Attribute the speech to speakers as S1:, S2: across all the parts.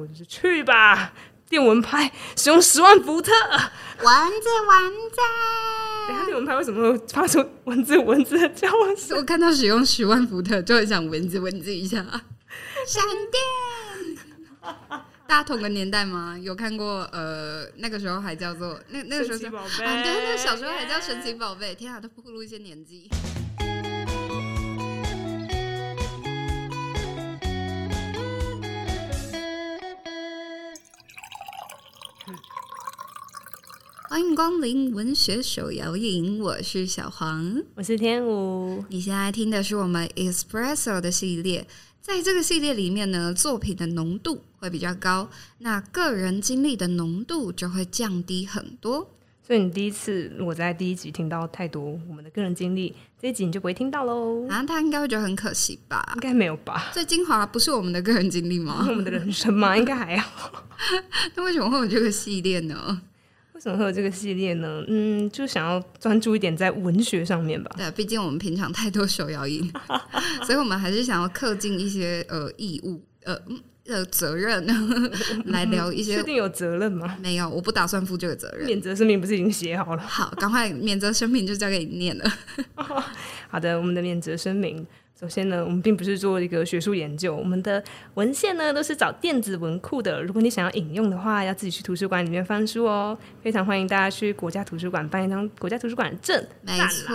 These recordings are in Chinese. S1: 我就去吧，电蚊拍使用十万伏特。
S2: 蚊子，蚊子。
S1: 等一下电蚊拍为什么会发出蚊子蚊子的叫声？
S2: 我看到使用十万伏特，就很想蚊子蚊子一下。 闪电。大家同个年代吗？有看过呃，那个时候还叫做那那个时
S1: 神
S2: 候
S1: 奇
S2: 叫
S1: 宝贝
S2: 啊，对对，小时候还叫神奇宝贝。天啊，都暴露一些年纪。欢迎光临文学手摇影，我是小黄。
S1: 我是天舞，
S2: 你现在听的是我们 Espresso 的系列，在这个系列里面呢，作品的浓度会比较高，那个人经历的浓度就会降低很多。
S1: 所以你第一次我在第一集听到太多我们的个人经历，这一集你就不会听到喽，
S2: 啊，他应该会觉得很可惜吧
S1: 应？该没有吧？
S2: 最精华不是我们的个人经历 吗
S1: 我？们的人生嘛，应该还好。
S2: 那为什么会有这个系列呢？
S1: 为什么会有这个系列呢？嗯，就想要专注一点在文学上面吧。
S2: 对啊，毕竟我们平常太多手摇饮，所以我们还是想要恪尽一些呃义务呃嗯呃责任， 来聊一
S1: 确
S2: 些。
S1: 定有责任吗？
S2: 没有，我不打算负这个责任。
S1: 免责声明不是已经写好了？
S2: 好，赶快免责声明就交给你念了。
S1: 好的，我们的免责声明。首先呢，我们并不是做一个学术研究，我们的文献呢都是找电子文库的。如果你想要引用的话，要自己去图书馆里面翻书哦。非常欢迎大家去国家图书馆办一张国家图书馆的证，
S2: 没错，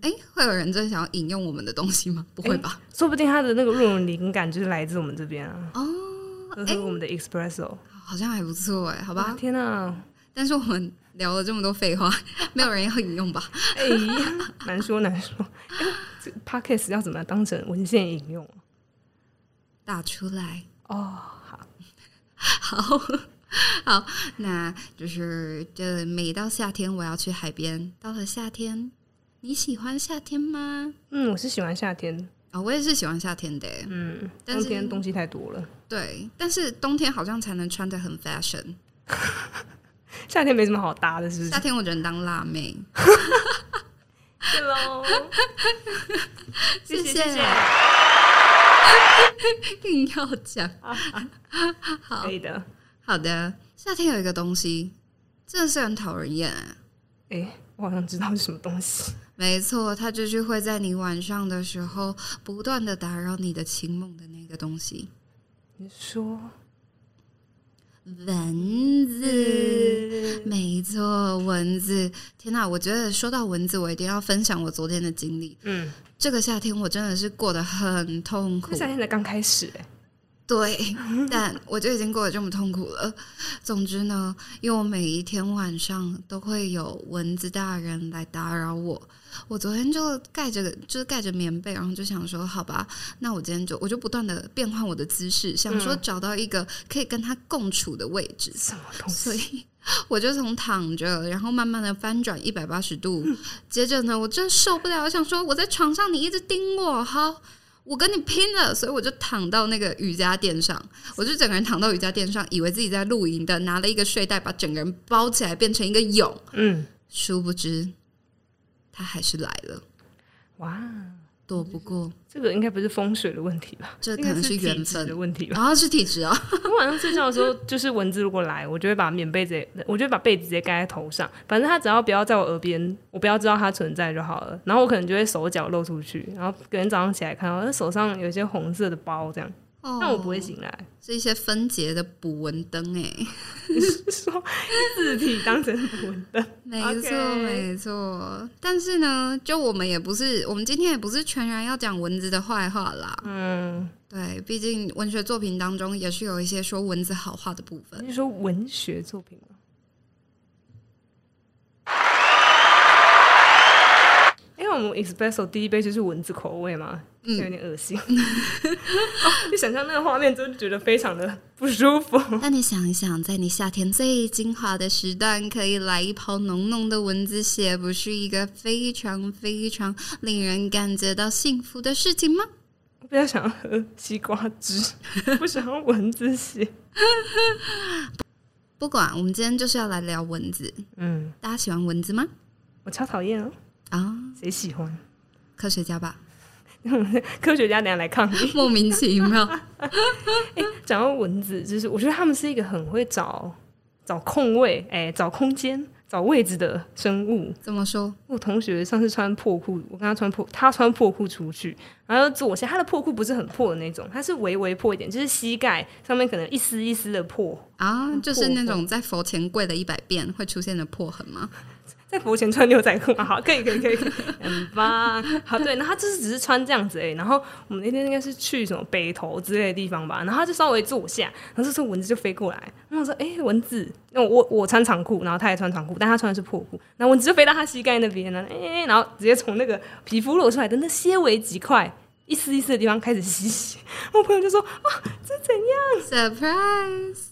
S2: 哎、会有人真的想要引用我们的东西吗？不会吧？
S1: 说不定他的那个论文灵感就是来自我们这边啊，
S2: 哦，
S1: 喝喝我们的 espresso。
S2: 好像还不错哎、好
S1: 哇，
S2: 吧。
S1: 天啊，
S2: 但是我们聊了这么多废话，没有人要引用吧？
S1: 哎呀，难说难说。 哎这 podcast 要怎么当成文献引用啊？
S2: 打出来，
S1: 哦，
S2: 好。好，那就是这每到夏天我要去海边。到了夏天，你喜欢夏天吗？
S1: 嗯，我是喜欢夏天，
S2: 啊、我也是喜欢夏天的欸。
S1: 嗯，
S2: 但
S1: 冬
S2: 是
S1: 天东西太多了。
S2: 对，但是冬天好像才能穿的很 fashion。
S1: 夏天没什么好搭的，是不是
S2: 夏？天我只能当辣妹。
S1: 对 喽，谢谢
S2: 谢谢 硬要讲，好
S1: 可以的。
S2: 好的，夏天有一个东西，真的是很讨人厌、啊。
S1: 哎、我好像知道是什么东西。
S2: 没错，它就是会在你晚上的时候不断的打扰你的清梦的那个东西
S1: 你说，
S2: ——蚊子。没错，蚊子。天哪，我觉得说到蚊子，我一定要分享我昨天的经历。
S1: 嗯，
S2: 这个夏天我真的是过得很痛苦
S1: 这，夏天才刚开始、哎，
S2: 对， 但我就已经过得这么痛苦了。总之呢，因为我每一天晚上都会有蚊子大人来打扰我，我昨天就盖着就是盖着棉被，然后就想说，好吧，那我今天就我就不断的变换我的姿势，想说找到一个可以跟他共处的位置。
S1: 什么东
S2: 所
S1: 西？
S2: 以我就从躺着，然后慢慢的翻转一百八十度，
S1: 嗯
S2: 接着呢，我真受不了，我想说我在床上你一直盯我，好，我跟你拼了，所以我就躺到那个瑜伽垫上，我就整个人躺到瑜伽垫上，以为自己在露营的，拿了一个睡袋把整个人包起来，变成一个蛹，
S1: 嗯，
S2: 殊不知它还是来了，
S1: 哇，哦
S2: 躲不过，
S1: 这个应该不是风水的问题吧？
S2: 这可能是
S1: 应该
S2: 缘
S1: 体质
S2: 分
S1: 的。问题吧。
S2: 然后是体 质啊，
S1: 我晚上睡觉的时候，就是蚊子如果来，我就会把棉被直接，我就会把被子直接盖在头上。反正它只要不要在我耳边，我不要知道它存在就好了。然后我可能就会手脚露出去，然后隔天早上起来看到呃手上有一些红色的包这样，但
S2: 那
S1: 我不会醒来。
S2: 是哦一些分解的捕蚊灯哎、
S1: 说字体当成文的，
S2: 没
S1: OK
S2: 错，没错。但是呢，就我们也不是，我们今天也不是全然要讲蚊子的坏话啦。
S1: 嗯，
S2: 对，毕竟文学作品当中也是有一些说蚊子好话的部分。
S1: 你是说文学作品吗？因为我们 espresso 第一杯就是蚊子口味嘛，
S2: 嗯
S1: 有点恶心。 哦就想象那个画面，真的觉得非常的不舒服。
S2: 但你想一想，在你夏天最精华的时段，可以来一泡浓浓的蚊子血，不是一个非常非常令人感觉到幸福的事情吗？
S1: 我比较想要喝西瓜汁， 不想要蚊子血。
S2: 不管，我们今天就是要来聊蚊子。
S1: 嗯，
S2: 大家喜欢蚊子吗？
S1: 我超讨厌哦，
S2: 啊、
S1: 谁喜欢？
S2: 科学家吧。
S1: 科学家等下来抗议。
S2: 莫名其妙。
S1: 讲到蚊子，就是我觉得他们是一个很会找找空位，哎、找空间、找位置的生物。
S2: 怎么说？
S1: 我同学上次穿破裤，我跟他穿破，他穿破裤出去，然后左下他的破裤不是很破的那种，他是微微破一点，就是膝盖上面可能一丝一丝的破。
S2: 啊，就是那种在佛前跪了一百遍会出现的破痕吗？
S1: 在佛前穿牛仔裤啊，好，可以，可以，可以，可以 很棒。好，对，然后他就是只是穿这样子而已。然后我们那天应该是去什么北投之类的地方吧，然后他就稍微坐下，然后这时候蚊子就飞过来，然后我说：“哎、蚊子！”那我我穿长裤，然后他也穿长裤，但他穿的是破裤，然后蚊子就飞到他膝盖那边了，哎、然后直接从那个皮肤露出来的那些微几块。一丝一丝的地方开始吸血，我朋友就说：“哇，这怎样？
S2: Surprise！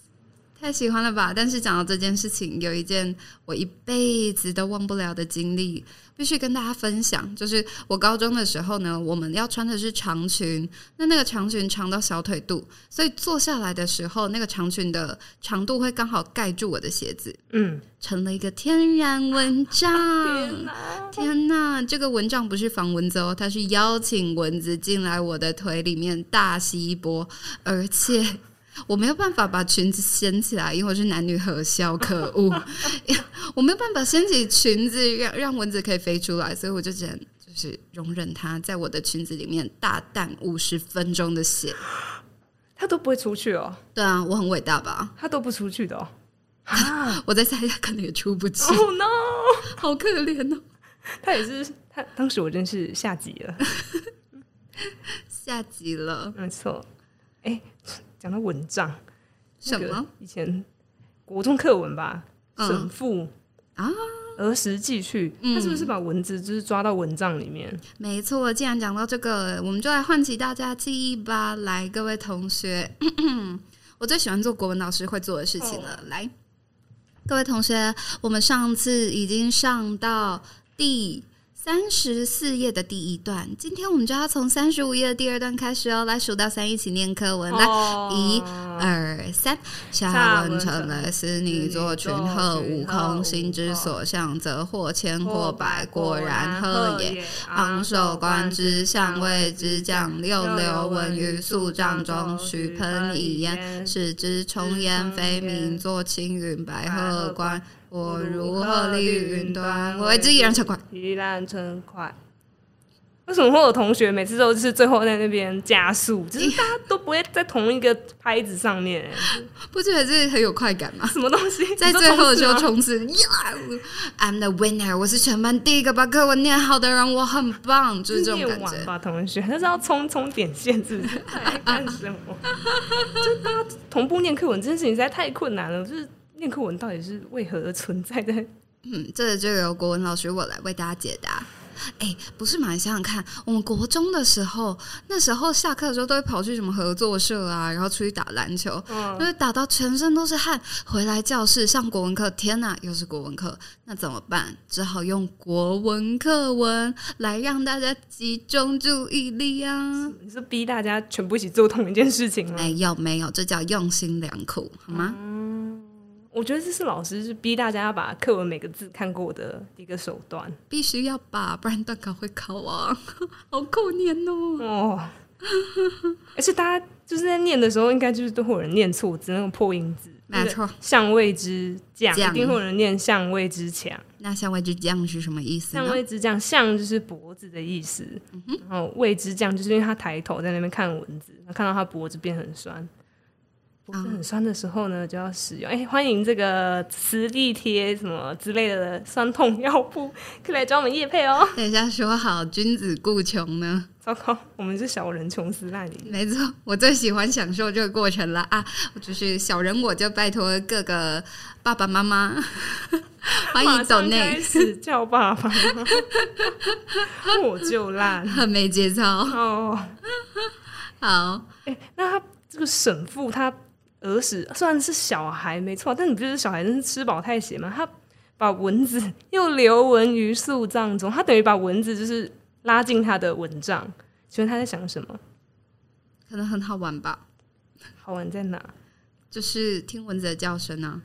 S2: 太喜欢了吧！但是讲到这件事情，有一件我一辈子都忘不了的经历，必须跟大家分享。就是我高中的时候呢，我们要穿的是长裙，那那个长裙长到小腿肚，所以坐下来的时候，那个长裙的长度会刚好盖住我的鞋子，
S1: 嗯，
S2: 成了一个天然蚊帐。
S1: 天哪，
S2: 天呐，这个蚊帐不是防蚊子哦，它是邀请蚊子进来我的腿里面大吸一波，而且我没有办法把裙子掀起来，因为我是男女合校，可恶， 我没有办法掀起裙子让让蚊子可以飞出来，所以我就只能就是容忍它在我的裙子里面大淡五十分钟的血。
S1: 他都不会出去哦，
S2: 对啊，我很伟大吧？
S1: 他都不出去的哦。”啊
S2: 我在猜他可能也出不去，
S1: ，Oh no！
S2: 好可怜哦。
S1: 他也是，他当时我真是下级了，
S2: 下集了，
S1: 没错。哎、讲到蚊帐，
S2: 什
S1: 那
S2: 么
S1: 个？以前国中课文吧，
S2: 嗯
S1: 神父、
S2: 啊，嗯
S1: 儿时寄去，他是不是把蚊子就是抓到蚊帐里面？
S2: 没错，既然讲到这个，我们就来唤起大家记忆吧。来，各位同学， 我最喜欢做国文老师会做的事情了。来，各位同学，我们上次已经上到第三十四页的第一段，今天我们就要从三十五页的第二段开始哦。来，数到三，一起念课文。来，
S1: 哦
S2: 一二三，夏文成来思你作群鹤，
S1: 群
S2: 悟
S1: 鹤
S2: 空心之所向，则或千或百，果然
S1: 赫
S2: 鹤也。，
S1: 昂
S2: 昂首
S1: 首
S2: 观
S1: 观之。
S2: 之，相位之将，六流闻于数丈中，许喷以烟，使之重烟飞鸣，作青云白鹤观。我如鹤立云端，我为之依然成观。
S1: 依然成快。为什么会有同学每次都是最后在那边加速？就是大家都不会在同一个拍子上面、 欸，
S2: 不觉得这很有快感吗？
S1: 什么东西？
S2: 在
S1: 你说
S2: 最后的时候
S1: 同事吗
S2: 冲刺呀！I'm the winner，我是全班第一个把课文念好的人，我很棒，就是这种
S1: 念
S2: 感
S1: 完
S2: 觉。
S1: 吧，同学，他是要冲冲点线，是不是？在干什么？ 就大家同步念课文这件事情实在太困难了，就是念课文到底是为何而存在的？
S2: 嗯，这就由国文老师我来为大家解答。哎，不是嘛？你想想看，我们国中的时候，那时候下课的时候都会跑去什么合作社啊，然后出去打篮球，
S1: 嗯
S2: 因为打到全身都是汗，回来教室上国文课，天哪，又是国文课，那怎么办？只好用国文课文来让大家集中注意力啊。
S1: 你是啊逼大家全部一起做同一件事情吗？
S2: 没有没有，这叫用心良苦，好吗？
S1: 嗯我觉得这是老师是逼大家要把课文每个字看过的一个手 段。
S2: 必须要吧，不然断考会考啊， 好扣念哦。
S1: 哦，而且大家就是在念的时候，应该就是都会有人念错字，那种破音字。
S2: 没错，
S1: 相位之将，
S2: 将
S1: 一定会有人念相位之强。
S2: 那相位之将是嗯什么意思
S1: 相
S2: 呢？
S1: 位之将，相就是脖子的意思，然后位之将就是因为他抬头在那边看蚊子，看到他脖子变很酸。脖子很酸的时候呢，就要使用哎、欢迎这个磁力贴什么之类的酸痛药布，可以来找我们叶配哦。
S2: 等一下说好君子固穷呢？
S1: 糟糕，我们是小人穷思滥虑。
S2: 没错，我最喜欢享受这个过程了啊！我就是小人，我就拜托各个爸爸妈妈， 欢
S1: 马
S2: 迎抖
S1: 上开
S2: 内，
S1: 始叫爸爸，我就烂
S2: 很没节操。
S1: 哦。
S2: 好，
S1: 那他这个沈父他儿时虽然是小孩没错，但你不觉得小孩真是吃饱太闲吗？他把蚊子又留蚊于树帐中，他等于把蚊子就是拉进他的蚊帐。请问他在想什 么？
S2: 可能很好玩吧，
S1: 好玩在哪？
S2: 就是听蚊子的叫声啊。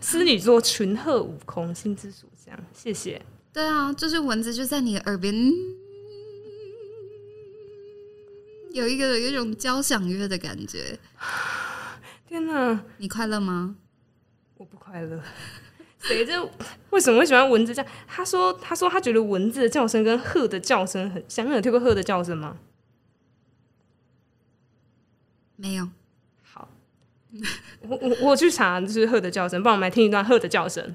S1: 狮女座群鹤舞空，心之所向。谢谢。
S2: 对啊，就是蚊子就在你的耳边。有一个有一种交响乐的感觉。
S1: 天哪，
S2: 你快乐吗？
S1: 我不快 乐。谁这为什么会喜欢蚊子这样？他说，他说他觉得蚊子的叫声跟鹤的叫声很像。你有听过鹤的叫声吗？
S2: 没有，
S1: 好， 我我我去查，就是鹤的叫声，帮我们来听一段鹤的叫声。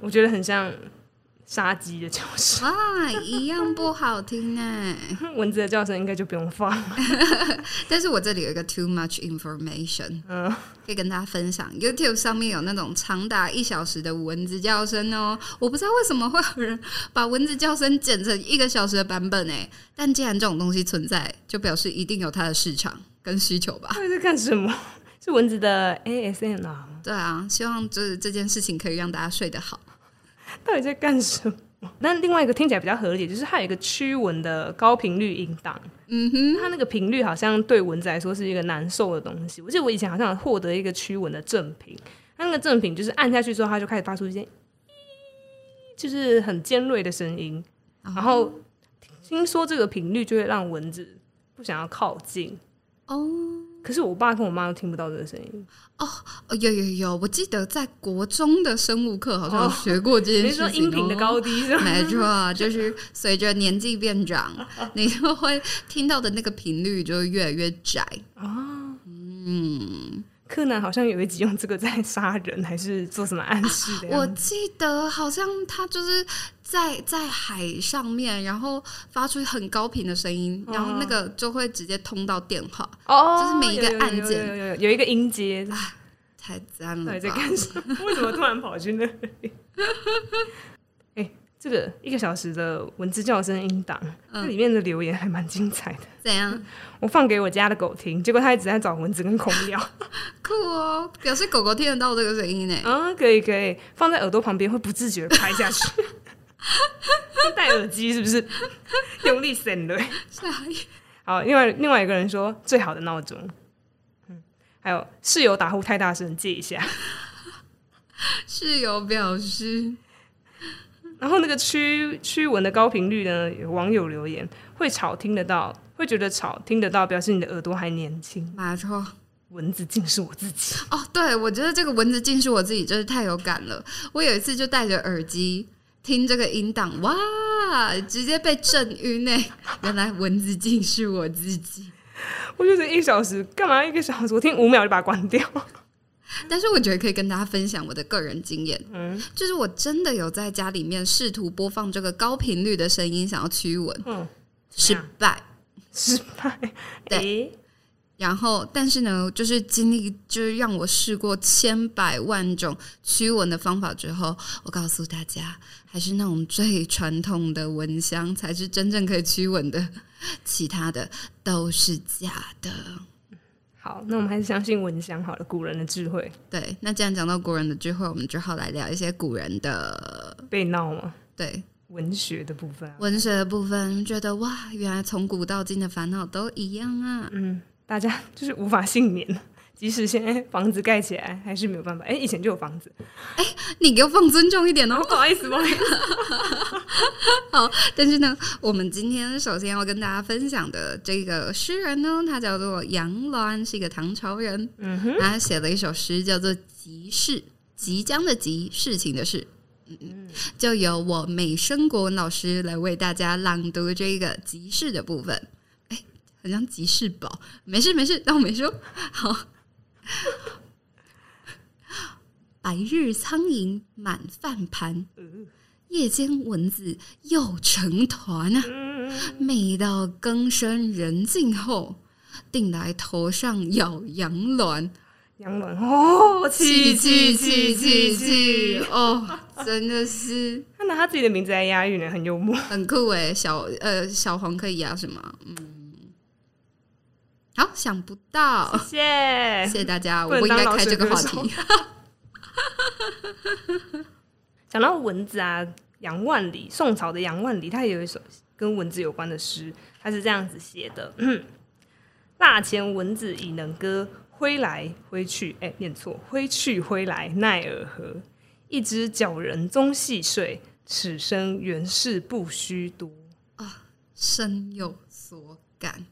S1: 我觉得很像杀鸡的叫声，
S2: 哇，啊一样不好听哎。
S1: 蚊子的叫声应该就不用放了。
S2: 但是我这里有一个 too much information，
S1: 嗯
S2: 可以跟大家分享。YouTube 上面有那种长达一小时的蚊子叫声哦，我不知道为什么会有人把蚊子叫声剪成一个小时的版本哎。但既然这种东西存在，就表示一定有它的市场跟需求吧。
S1: 到底在干什么？是蚊子的 ASN 啊？
S2: 对啊，希望就是这件事情可以让大家睡得好。
S1: 到底在干什么？ 但另外一个听起来比较合理，就是它有一个驱蚊的高频率引导，
S2: 嗯哼，
S1: 它那个频率好像对蚊子来说是一个难受的东西。我记得我以前好像有获得一个驱蚊的赠品，它那个赠品就是按下去之后，它就开始发出一些咦，就是很尖锐的声音，然后听说这个频率就会让蚊子不想要靠近。
S2: 哦
S1: 可是我爸跟我妈都听不到这个声音。
S2: 哦，有有有，我记得在国中的生物课好像有学过这
S1: 你
S2: 件
S1: 是啊
S2: 事情、
S1: 说音
S2: 哦。
S1: 频的高低 是吗？
S2: 没错，就是随着年纪变 长，你就会听到的那个频率就越来越窄。哦嗯
S1: 柯南好像有一集用这个在杀人，还是做什么暗示的样
S2: 我
S1: 子？
S2: 记得好像他就是在在海上面，然后发出很高频的声音，然后那个就会直接通到电话，
S1: 哦
S2: 就是每一个
S1: 有有有
S2: 按键
S1: 有有有有有一个音阶，
S2: 太赞
S1: 到
S2: 了
S1: 底在
S2: 吧！
S1: 干什么？为什么突然跑去那里？哎、这个一个小时的文字叫声音档，
S2: 嗯
S1: 这里面的留言还蛮精彩的。
S2: 怎样
S1: 我放给我家的狗听，结果它一直在找蚊子跟空鸟。
S2: 酷哦？表示狗狗听得到这个声音呢。
S1: 啊，可以可以，放在耳朵旁边会不自觉地拍下去。戴耳机是不是用力省略？好，另外另外一个人说最好的闹钟，嗯，还有室友打呼太大声，借一下。
S2: 室友表示，
S1: 然后那个驱驱蚊的高频率呢，有网友留言会吵听得到，会觉得吵听得到，表示你的耳朵还年轻。
S2: 没错。
S1: 蚊子竟是我自己，
S2: 哦，对，我觉得这个蚊子竟是我自己，真是太有感了。我有一次就戴着耳机听这个音档，哇，直接被震晕呢。 原来蚊子竟是我自己，
S1: 我就得一小时干嘛一个小时？我听五秒就把它关掉。
S2: 但是我觉得可以跟大家分享我的个人经验，嗯，就是我真的有在家里面试图播放这个高频率的声音，想要驱蚊，
S1: 嗯，
S2: 失败。
S1: 失败。
S2: 对
S1: 诶
S2: 然后，但是呢，就是经历，就是让我试过千百万种驱蚊的方法之后，我告诉大家，还是那种最传统的蚊香才是真正可以驱蚊的，其他的都是假的。
S1: 好，那我们还是相信蚊香好了，古人的智慧
S2: 对，那既然讲到古人的智慧，我们只好来聊一些古人的
S1: 被闹嘛，
S2: 对
S1: 文学的部分啊、
S2: 文学的部分，觉得哇，原来从古到今的烦恼都一样啊。
S1: 嗯，大家 就是无法幸免，即使现在房子盖起来，还是没有办法。哎、以前就有房子，
S2: 你给我放尊重一点哦。
S1: 不好意思，不好意思。
S2: 但是呢，我们今天首先要跟大家分享的这个诗人呢，他叫做杨澜，是一个唐朝人。
S1: 嗯哼，
S2: 他写了一首诗，叫做《即事》，即将的即，事情的事。嗯嗯，就由我美声国文老师来为大家朗读这个即事的部分。哎，很像即事宝，没事没事，当我没说。好， 白日苍蝇满饭盘，
S1: 呃
S2: 夜间蚊子又成团啊。
S1: 嗯，
S2: 每到更深人静后，定来头上咬羊卵，
S1: 杨澜哦，气气气
S2: 气
S1: 气
S2: 气
S1: 气
S2: 气！，哦，真的是
S1: 他拿他自己的名字来押韵呢，很幽默。
S2: 很酷诶，小呃小黄可以压什么？嗯，好，想不到，
S1: 谢谢
S2: 哦谢。谢大家，
S1: 不
S2: 我
S1: 能
S2: 不应
S1: 当
S2: 该
S1: 老
S2: 开
S1: 师
S2: 这个
S1: 歌
S2: 话
S1: 手
S2: 题。
S1: 讲到蚊子啊，杨万里，宋朝的杨万里，他也有一首跟蚊子有关的诗，他是这样子写的：蜡前蚊子已能歌，挥来挥去，哎、念错，挥去挥来奈尔何？一只角人终细睡，此生原是不虚度。
S2: 深有所感。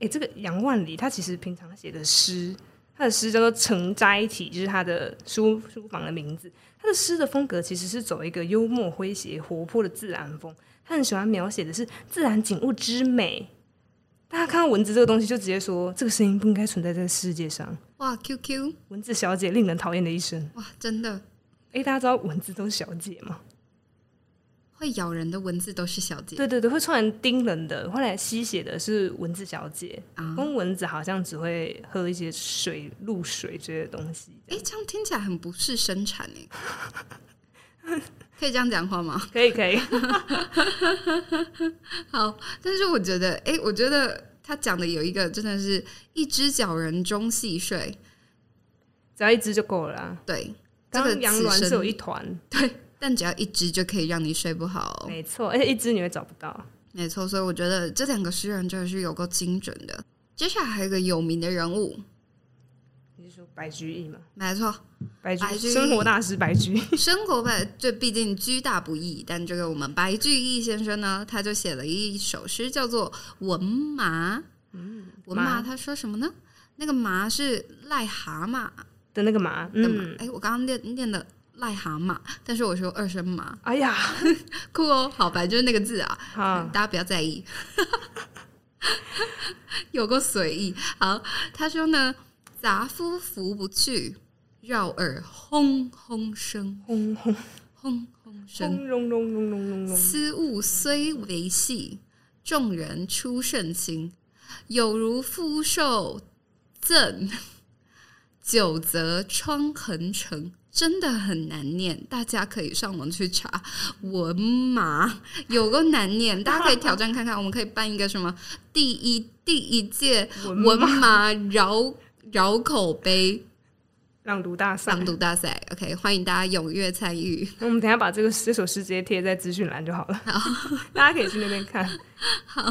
S1: 哎，这个杨万里他其实平常写的诗，他的诗叫做《承斋体》，就是他的书书房的名字。他的诗的风格其实是走一个幽默诙谐、活泼的自然风，他很喜欢描写的是自然景物之美。大家看到文字这个东西，就直接说这个声音不应该存在这个世界上。
S2: 哇，QQ，
S1: 文字小姐令人讨厌的一生。
S2: 哇，真的
S1: 哎，大家知道文字都是小姐吗？
S2: 会咬人的文字都是小姐
S1: 对对对，会突然叮人的。后来吸血的是蚊子小姐，
S2: 啊。
S1: 公蚊子好像只会喝一些水、露水这些东西。
S2: 哎，这样听起来很不是生产哎， 可以这样讲话吗？
S1: 可以可以，
S2: 好，但是我觉得，哎，我觉得他讲的有一个真的是一只脚人中细睡，
S1: 只要一只就够了啦。
S2: 对，这
S1: 刚
S2: 个
S1: 刚羊
S2: 此
S1: 卵是有
S2: 生
S1: 一团，
S2: 但只要一只就可以让你睡不好哦、
S1: 没错，而且一只你会找不到。
S2: 没错，所以我觉得这两个诗人真的是有够精准的。接下来还有一个有名的人物，
S1: 你是说白居易吗？
S2: 没错，
S1: 白居
S2: 白居易
S1: 生活大师白居 易，
S2: 生活吧，这毕竟居大不易。但这个我们白居易先生呢，他就写了一首诗，叫做《文麻》。文嗯麻
S1: 麻
S2: 他说什么呢？那个麻是癞蛤蟆
S1: 的那个嘛，
S2: 的麻
S1: 嗯，。
S2: 哎、我刚刚念念的癞蛤蟆，但是我说二声麻，
S1: 哎呀，
S2: 酷哦。好，反正就是那个字啊，
S1: 好，
S2: 大家不要在意， 有够随意。好，他说呢，杂夫拂不去，绕耳轰轰声，
S1: 轰轰
S2: 轰轰声。
S1: 轰隆隆隆隆隆隆，
S2: 此物虽为细，众人出甚轻。有如夫受赠，久则疮痕成。真的很难念，大家可以上网去查文麻，有个难念，大家可以挑战看看。我们可以办一个什么第一第一届文
S1: 文
S2: 麻绕绕口碑
S1: 朗读大赛
S2: 朗。读大赛，OK，欢迎大家踊跃参与。
S1: 那我们等一下把这个这首诗直接贴在资讯栏就好了， 大家可以去那边看。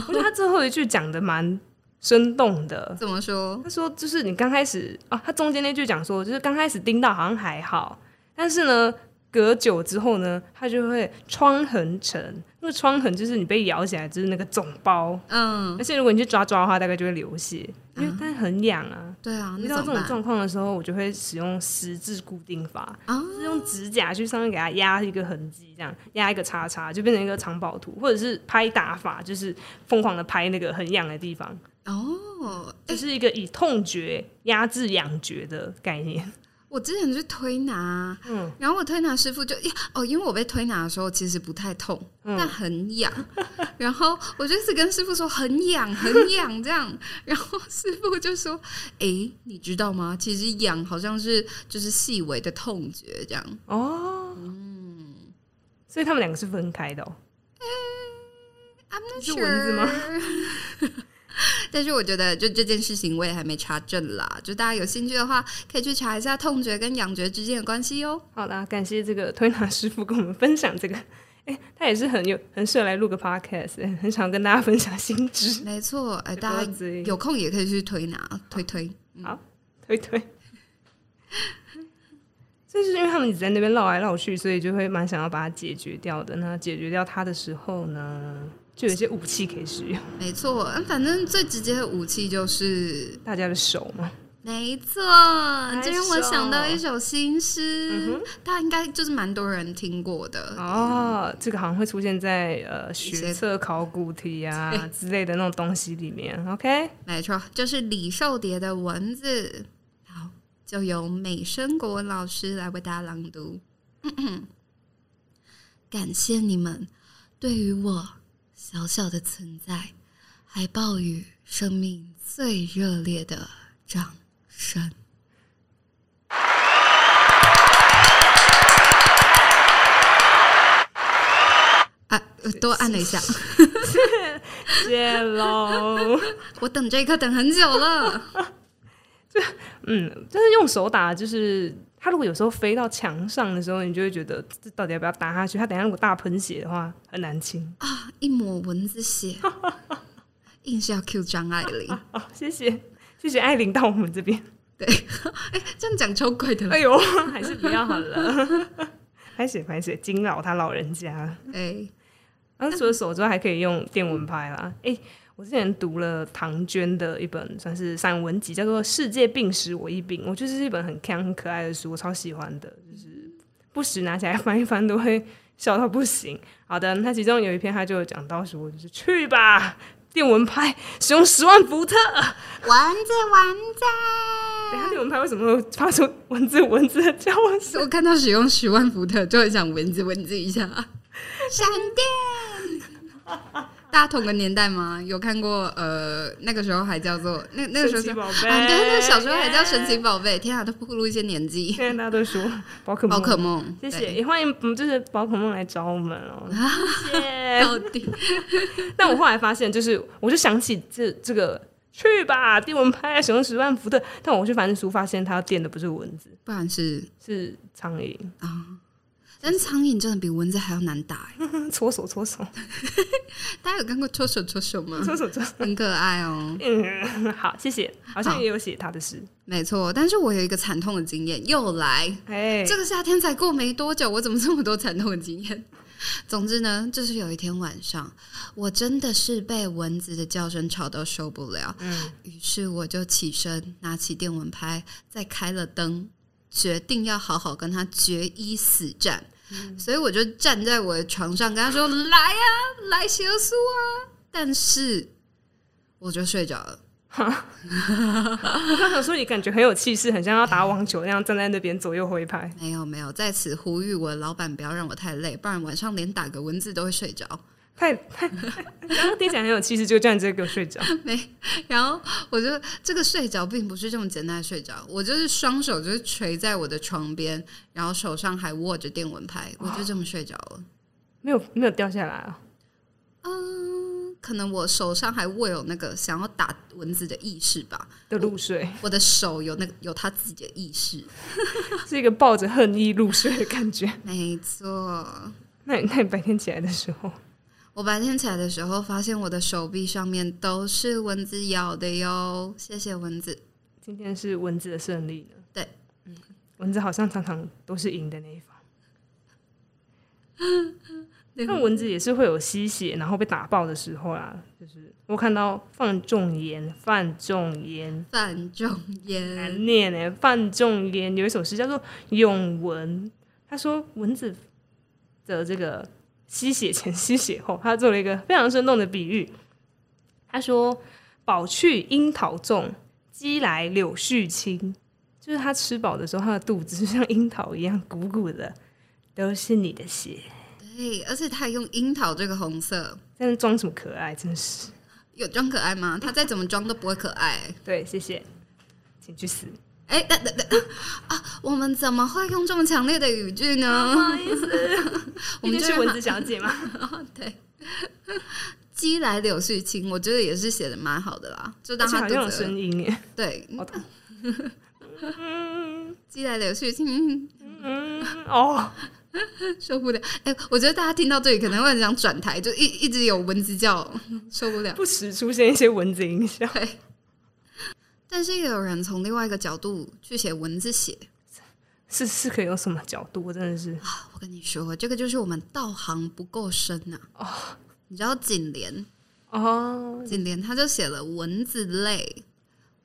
S1: 我觉得他最后一句讲的蛮生动的。
S2: 怎么说？
S1: 他说，就是你刚开始啊，他中间那句讲说，就是刚开始叮到好像还好，但是呢，隔久之后呢，他就会疮痕成。那个疮痕就是你被咬起来就是那个肿包，
S2: 嗯，
S1: 而且如果你去抓抓的话，大概就会流血，因为它很痒啊。
S2: 对啊，
S1: 遇到
S2: 那怎
S1: 这
S2: 么
S1: 种
S2: 办？
S1: 状况的时候，我就会使用十字固定法，
S2: 啊
S1: 就是用指甲去上面给它压一个痕迹，这样压一个叉叉，就变成一个藏宝图，或者是拍打法，就是疯狂的拍那个很痒的地方，
S2: 哦，
S1: 这是一个以痛觉压制痒觉的概念。
S2: 我之前去推拿，
S1: 嗯
S2: 然后我推拿师傅就呀哦，因为我被推拿的时候其实不太痛，
S1: 嗯
S2: 但很痒， 然后我就一直跟师傅说很痒很痒这样， 然后师傅就说：“诶，你知道吗？其实痒好像是就是细微的痛觉这样。
S1: 哦，所以他们两个是分开的哦。
S2: ”I'm not
S1: 是
S2: sure
S1: 蚊子
S2: 吗？ 但是我觉得，就这件事情我也还没查证啦。就大家有兴趣的话，可以去查一下痛觉跟痒觉之间的关系哦。
S1: 好啦，感谢这个推拿师傅跟我们分享这个。哎、他也是很有很适合来录个 podcast，哎很想跟大家分享心知。
S2: 没错，哎、大家
S1: 家
S2: 有空也可以去推拿推推。
S1: 推推。 就是因为他们一直在那边绕来绕去，所以就会蛮想要把它解决掉的。那解决掉它的时候呢，就有一些武器可以使用，
S2: 没错，嗯反正最直接的武器就是，
S1: 大家的手嘛。
S2: 没错
S1: 拍，手
S2: 这让我想到一首新诗，大家应该就是蛮多人听过的。
S1: 哦，这个好像会出现在呃
S2: 些
S1: 学测考古题啊之类的那种东西里面。OK，
S2: 没错，就是李寿蝶的《蚊子》，好，就由美声国文老师来为大家朗读。 感谢你们对于我小小的存在，还抱予生命最热烈的掌声。啊，呃多按了一下，
S1: 谢喽。
S2: 我等这一刻等很久了。
S1: 嗯，但是用手打，就是它如果有时候飞到墙上的时候，你就会觉得这到底要不要打下去？它等一下如果大喷血的话，很难清。
S2: 啊，一抹蚊 子血，硬是要 Q 张爱玲，
S1: 哦，谢谢，谢谢艾琳到我们这边。
S2: 这样讲超怪的 了。
S1: 哎呦，还是不要好了。拍写拍写，惊扰他老人家。
S2: 哎，
S1: 然后除了手之外，还可以用电蚊拍啦。哎、我之前读了唐娟的一本算是散文集，叫做《世界病时我一病》，我觉得这是一本很 can 很可爱的书，我超喜欢的，就是不时拿起来翻一翻都会笑到不行。好的，那其中有一篇他就有讲到说，就是去吧。电蚊拍使用十万伏特，
S2: 丸子丸子，
S1: 等一下电蚊拍为什么会发出蚊子蚊子的叫声？
S2: 我看到使用十万伏特就很想蚊子蚊子 一下，闪电。大家同个年代吗？有看过呃，那个时候还叫做那那个时候
S1: 神奇
S2: 叫
S1: 宝
S2: 啊，
S1: 贝
S2: 对，那个小时候还叫神奇宝贝。天啊，都暴露一些年纪。
S1: 现在大家都说宝可
S2: 宝
S1: 梦，
S2: 可梦，
S1: 谢谢，
S2: 对，
S1: 也欢迎嗯就是宝可梦来找我们 哦，谢谢。
S2: 到底
S1: 但我后来发现，就是我就想起这这个去吧，电蚊拍使用十万伏特，但我去翻书发现它电的不是蚊子，
S2: 不然是
S1: 是苍蝇，
S2: 啊。但是苍蝇真的比蚊子还要难打欸、
S1: 搓手搓手
S2: 大家有看过搓手搓手吗？
S1: 搓手搓手。
S2: 很可爱哦，
S1: 嗯， 好，谢谢。好像
S2: 好
S1: 也有写他的诗，
S2: 没错。但是我有一个惨痛的经验，又来。
S1: 哎，
S2: 这个夏天才过没多久，我怎么这么多惨痛的经验？总之呢，就是有一天晚上，我真的是被蚊子的叫声吵到受不了，
S1: 嗯，
S2: 于是我就起身，拿起电蚊拍，再开了灯，决定要好好跟他决一死战。所以我就站在我的床上，跟他说：“来啊，来邪术啊！”但是我就睡着了。
S1: 我刚想说你感觉很有气势，很像要打网球那样站在那边左右挥拍。
S2: 没有没有，在此呼吁我的老板不要让我太累，不然晚上连打个蚊子都会睡着。
S1: 太太，刚刚听起来很有气势，就这样直接给我睡着。
S2: 然后我就这个睡着并不是这么简单的睡着，我就是双手就是垂在我的床边，然后手上还握着电蚊拍，我就这么睡着了。
S1: 没有没有掉下来啊！
S2: 嗯，可能我手上还握有那个想要打蚊子的意识吧，
S1: 的入睡
S2: 我的手有那个有他自己的意识，
S1: 是一个抱着恨意入睡的感觉。
S2: 没错。
S1: 那你那你白天起来的时候，
S2: 我白天起来的时候，发现我的手臂上面都是蚊子咬的哟，谢谢蚊子。
S1: 今天是蚊子的胜利呢？嗯
S2: 对，
S1: 蚊子好像常常都是赢的那一方。
S2: 那
S1: 但蚊子也是会有吸血，然后被打爆的时候啦。就是我看到范仲淹，范仲淹
S2: 范仲淹，
S1: 难念哎，范仲淹有一首诗叫做《咏蚊》，他说蚊子的这个吸血前、吸血后，他做了一个非常生动的比喻。他说：“饱去樱桃重，饥来柳絮轻。”就是他吃饱的时候，他的肚子就像樱桃一样鼓鼓的，都是你的血。
S2: 对，而且他还用樱桃这个红色，
S1: 在那装什么可爱，真是。
S2: 有装可爱吗？他再怎么装都不会可爱。
S1: 对，谢谢，请去死。
S2: 哎、等等等啊！我们怎么会用这么强烈的语句呢？
S1: 意思，
S2: 我们
S1: 一定
S2: 就是让
S1: 蚊子小姐吗？
S2: 对，鸡来柳絮轻，我觉得也是写的蛮好的啦，就
S1: 而
S2: 当
S1: 且
S2: 他
S1: 好像有
S2: 肚子饿
S1: 声音欸耶，
S2: 对
S1: 好痛。
S2: 鸡来柳絮轻，
S1: 嗯，哦，
S2: 受不了。哎、我觉得大家听到这里可能会很想转台，就一一直有蚊子叫， 受不了。
S1: 不时出现一些蚊子影响，
S2: 但是也有人从另外一个角度去写蚊子血，
S1: 是是可以用什么角度？我真的是
S2: 我跟你说，这个就是我们道行不够深呐、哦，你知道景莲，
S1: 哦，
S2: 景莲他就写了蚊子泪。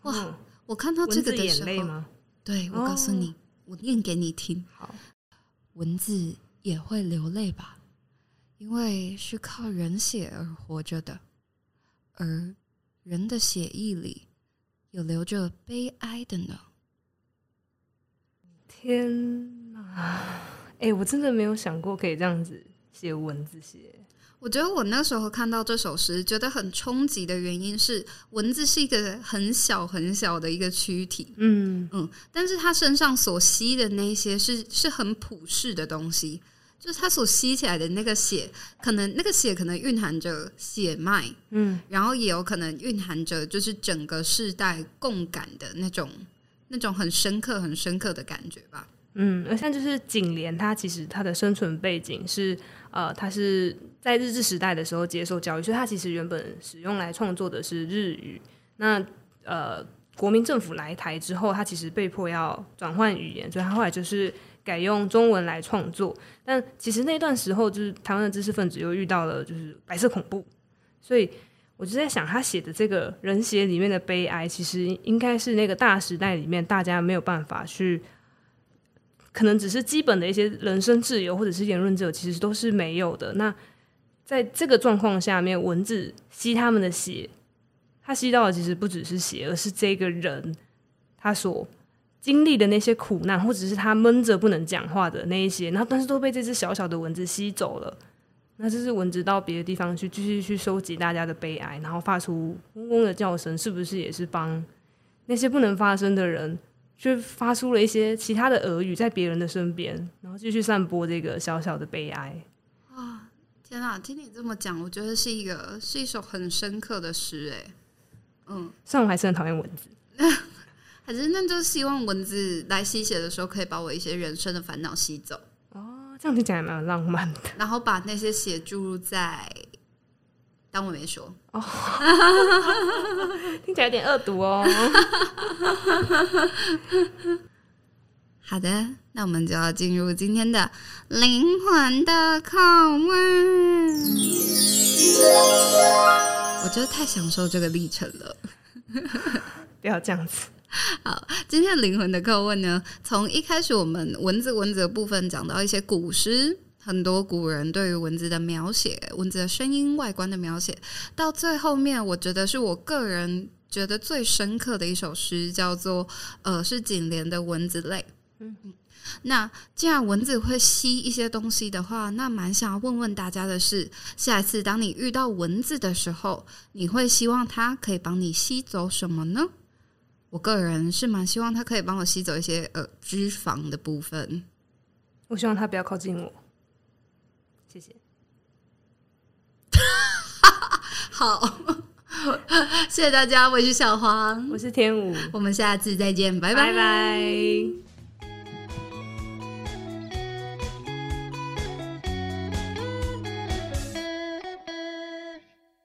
S2: 哇
S1: 嗯
S2: 我看到这
S1: 蚊
S2: 个
S1: 子
S2: 的
S1: 眼
S2: 时
S1: 泪
S2: 候，
S1: 吗？
S2: 对我告诉你，我念给你听，
S1: 好，
S2: 蚊子也会流泪吧？因为是靠人血而活着的，而人的血液里有流着悲哀的呢。
S1: 天哪！哎、我真的没有想过可以这样子写蚊子写，
S2: 我觉得我那时候看到这首诗，觉得很冲击的原因是，蚊子是一个很小很小的一个躯体，
S1: 嗯，
S2: 嗯，但是它身上所吸的那些是是很普世的东西，就是它所吸起来的那个血，可能那个血可能蕴含着血脉，
S1: 嗯，
S2: 然后也有可能蕴含着就是整个世代共感的那种那种很深刻、很深刻的感觉吧。
S1: 嗯，而像就是景莲，她其实她的生存背景是，呃，她是在日治时代的时候接受教育，所以她其实原本使用来创作的是日语。那呃，国民政府来台之后，她其实被迫要转换语言，所以她后来就是改用中文来创作。但其实那段时候，就是台湾的知识分子又遇到了就是白色恐怖，所以我就在想，他写的这个《人血》里面的悲哀，其实应该是那个大时代里面大家没有办法去，可能只是基本的一些人身自由或者是言论自由，其实都是没有的。那在这个状况下面，文字吸他们的血，他吸到的其实不只是血，而是这个人他所经历的那些苦难，或者是他闷着不能讲话的那一些，然后但是都被这只小小的蚊子吸走了。那这只蚊子到别的地方去，继续去收集大家的悲哀，然后发出嗡嗡的叫声，是不是也是帮那些不能发声的人，却发出了一些其他的耳语在别人的身边，然后继续散播这个小小的悲哀？
S2: 天啊，听你这么讲，我觉得是一个是一首很深刻的诗，哎，嗯，
S1: 虽然我还是很讨厌蚊子，
S2: 还是那就希望文字来吸血的时候，可以把我一些人生的烦恼吸走，
S1: 哦这样听起来蛮浪漫的。
S2: 然后把那些血注入在。当我没说，
S1: 听起来有点恶毒哦。
S2: 好的，那我们就要进入今天的灵魂的拷问。我真的太享受这个历程了。
S1: 不要这样子。
S2: 今天灵魂的叩问呢，从一开始我们文字文字的部分讲到一些古诗，很多古人对于文字的描写、文字的声音、外观的描写，到最后面，我觉得是我个人觉得最深刻的一首诗，叫做呃是颈联的《蚊子泪》。那既然蚊子会吸一些东西的话，那蛮想要问问大家的是，下一次当你遇到蚊子的时候，你会希望它可以帮你吸走什么呢？我个人是蛮希望它可以帮我吸走一些呃脂肪的部分。
S1: 我希望 他不要靠近我。谢谢。
S2: 好， 谢谢大家，我是小黄，
S1: 我是天武，
S2: 我们下次再见，拜拜
S1: 拜